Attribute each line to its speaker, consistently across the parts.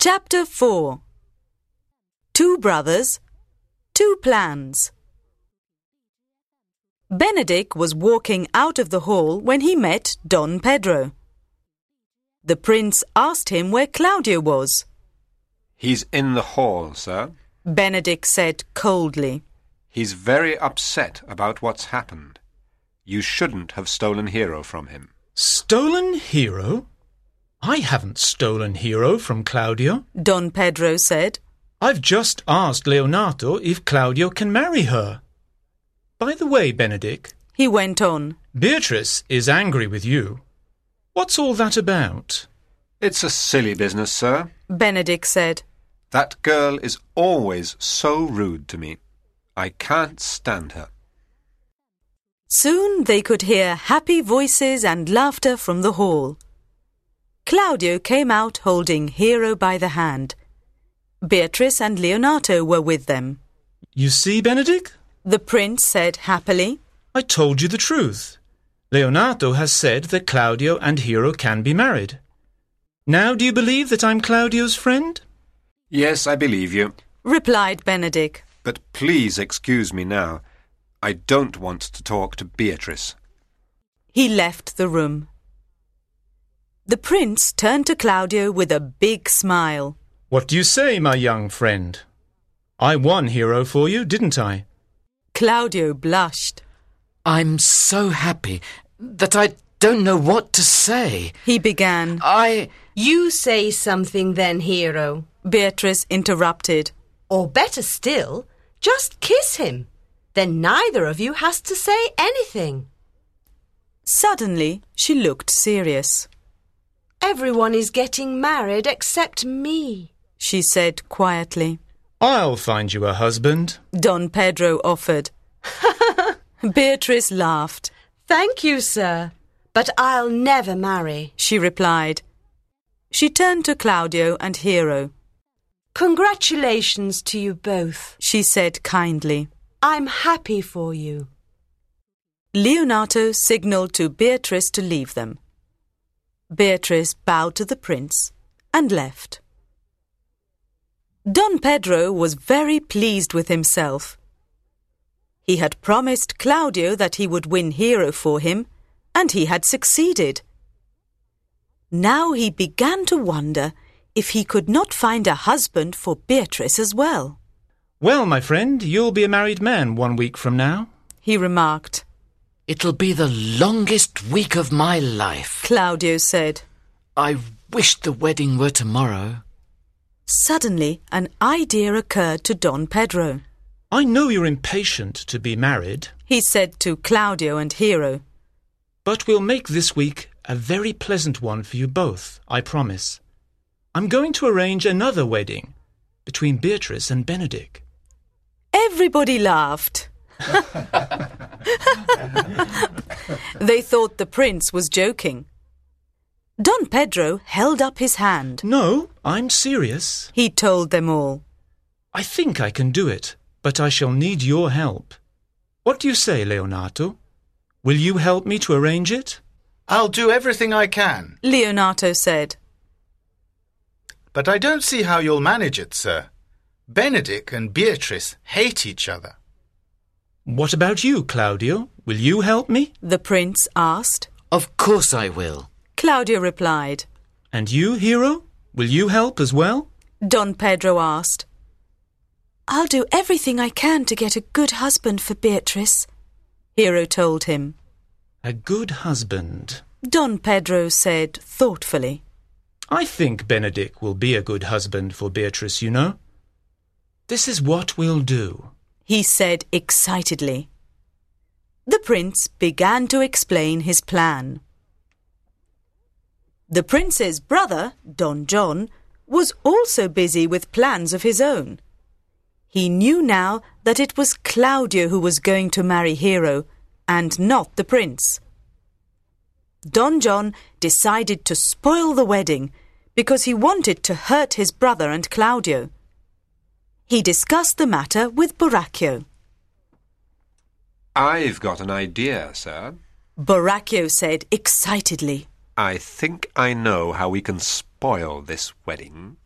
Speaker 1: Chapter 4 Two Brothers, Two Plans. Benedick was walking out of the hall when he met Don Pedro. The prince asked him where Claudio was.
Speaker 2: He's in the hall, sir.
Speaker 1: Benedick said coldly.
Speaker 2: He's very upset about what's happened. You shouldn't have stolen Hero from him.
Speaker 3: Stolen Hero? I haven't stolen Hero from Claudio.
Speaker 1: Don Pedro said.
Speaker 3: I've just asked Leonato if Claudio can marry her. By the way, Benedick,
Speaker 1: He went on.
Speaker 3: Beatrice is angry with you. What's all that about?
Speaker 2: It's a silly business, sir.
Speaker 1: Benedick said.
Speaker 2: That girl is always so rude to me. I can't stand her.
Speaker 1: Soon they could hear happy voices and laughter from the hall. Claudio came out holding Hero by the hand. Beatrice and Leonato were with them.
Speaker 3: You see, Benedick,
Speaker 1: The prince said happily,
Speaker 3: I told you the truth. Leonato has said that Claudio and Hero can be married. Now do you believe that I'm Claudio's friend?
Speaker 2: Yes, I believe you.
Speaker 1: replied Benedick.
Speaker 2: But please excuse me now. I don't want to talk to Beatrice.
Speaker 1: He left the room. The prince turned to Claudio with a big smile.
Speaker 3: What do you say, my young friend? I won Hero for you, didn't I?
Speaker 1: Claudio blushed.
Speaker 4: I'm so happy that I don't know what to say.
Speaker 1: He began.
Speaker 4: I.
Speaker 5: You say something then, hero.
Speaker 1: Beatrice interrupted.
Speaker 5: Or better still, just kiss him. Then neither of you has to say anything.
Speaker 1: Suddenly, she looked serious.
Speaker 5: Everyone is getting married except me.
Speaker 1: She said quietly.
Speaker 3: I'll find you a husband.
Speaker 1: Don Pedro offered. Beatrice laughed.
Speaker 5: Thank you, sir. But I'll never marry.
Speaker 1: She replied. She turned to Claudio and Hero.
Speaker 5: Congratulations to you both.
Speaker 1: She said kindly.
Speaker 5: I'm happy for you.
Speaker 1: Leonato signalled to Beatrice to leave them. Beatrice bowed to the prince and left. Don Pedro was very pleased with himself. He had promised Claudio that he would win Hero for him, and he had succeeded. Now he began to wonder if he could not find a husband for Beatrice as well,
Speaker 3: Well, my friend, you'll be a married man one week from now.
Speaker 1: he remarked.
Speaker 4: It'll be the longest week of my life.
Speaker 1: Claudio said,
Speaker 4: I wish the wedding were tomorrow.
Speaker 1: Suddenly, an idea occurred to Don Pedro.
Speaker 3: I know you're impatient to be married,
Speaker 1: He said to Claudio and Hero.
Speaker 3: but we'll make this week a very pleasant one for you both, I promise. I'm going to arrange another wedding between Beatrice and Benedick.
Speaker 1: Everybody laughed. they thought the prince was joking. Don Pedro held up his hand.
Speaker 3: No, I'm serious.
Speaker 1: He told them all.
Speaker 3: I think I can do it, but I shall need your help. What do you say, Leonato? Will you help me to arrange it?
Speaker 6: I'll do everything I can,
Speaker 1: Leonato said.
Speaker 6: but I don't see how you'll manage it, sir. Benedick and Beatrice hate each other.
Speaker 3: What about you, Claudio? Will you help me?
Speaker 1: The prince asked.
Speaker 4: Of course I will.
Speaker 1: Claudio replied.
Speaker 3: And you, Hero? Will you help as well?
Speaker 1: Don Pedro asked. I'll do everything I can to get a good husband for Beatrice, Hero told him.
Speaker 3: A good husband.
Speaker 1: Don Pedro said thoughtfully.
Speaker 3: I think Benedick will be a good husband for Beatrice, you know. This is what we'll do.
Speaker 1: he said excitedly. The prince began to explain his plan. The prince's brother, Don John, was also busy with plans of his own. He knew now that it was Claudio who was going to marry Hero and not the prince. Don John decided to spoil the wedding because he wanted to hurt his brother and Claudio. He discussed the matter with Boracchio.
Speaker 2: I've got an idea, sir.
Speaker 1: Boracchio said excitedly.
Speaker 2: I think I know how we can spoil this wedding.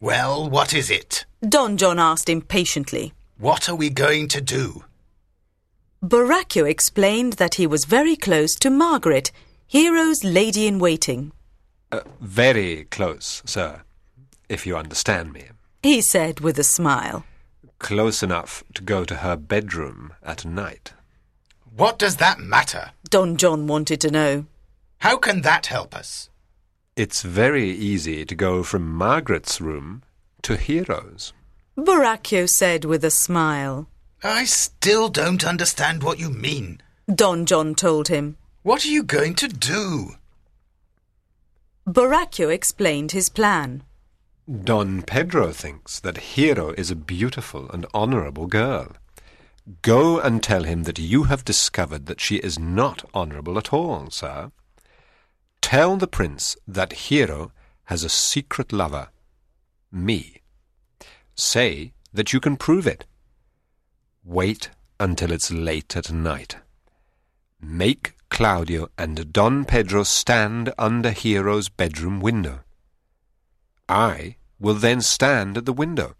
Speaker 6: Well, what is it?
Speaker 1: Don John asked impatiently.
Speaker 6: What are we going to do?
Speaker 1: Boracchio explained that he was very close to Margaret, Hero's lady in waiting.
Speaker 2: Uh, very close, sir, if you understand me.
Speaker 1: He said with a smile.
Speaker 2: Close enough to go to her bedroom at night.
Speaker 6: What does that matter?
Speaker 1: Don John wanted to know.
Speaker 6: How can that help us?
Speaker 2: It's very easy to go from Margaret's room to Hero's.
Speaker 1: Boracchio said with a smile.
Speaker 6: I still don't understand what you mean.
Speaker 1: Don John told him.
Speaker 6: What are you going to do?
Speaker 1: Boracchio explained his plan.
Speaker 2: Don Pedro thinks that Hero is a beautiful and honorable girl. Go and tell him that you have discovered that she is not honorable at all, sir. Tell the prince that Hero has a secret lover, me. Say that you can prove it. Wait until it's late at night. Make Claudio and Don Pedro stand under Hero's bedroom window. I will then stand at the window.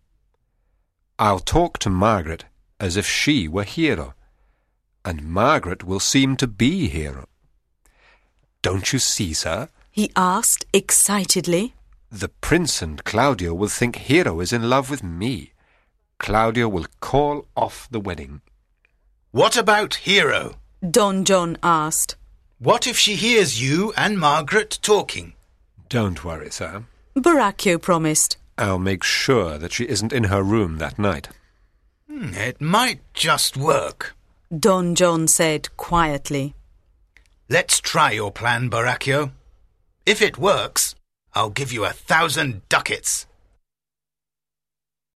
Speaker 2: I'll talk to Margaret as if she were Hero, and Margaret will seem to be Hero. Don't you see, sir?
Speaker 1: He asked excitedly.
Speaker 2: The prince and Claudio will think Hero is in love with me. Claudio will call off the wedding.
Speaker 6: What about Hero?
Speaker 1: Don John asked.
Speaker 6: What if she hears you and Margaret talking?
Speaker 2: Don't worry, sir.
Speaker 1: Boracchio promised.
Speaker 2: I'll make sure that she isn't in her room that night.
Speaker 6: Hmm, It might just work.
Speaker 1: Don John said quietly.
Speaker 6: Let's try your plan, Baracchio. If it works, I'll give you a thousand ducats.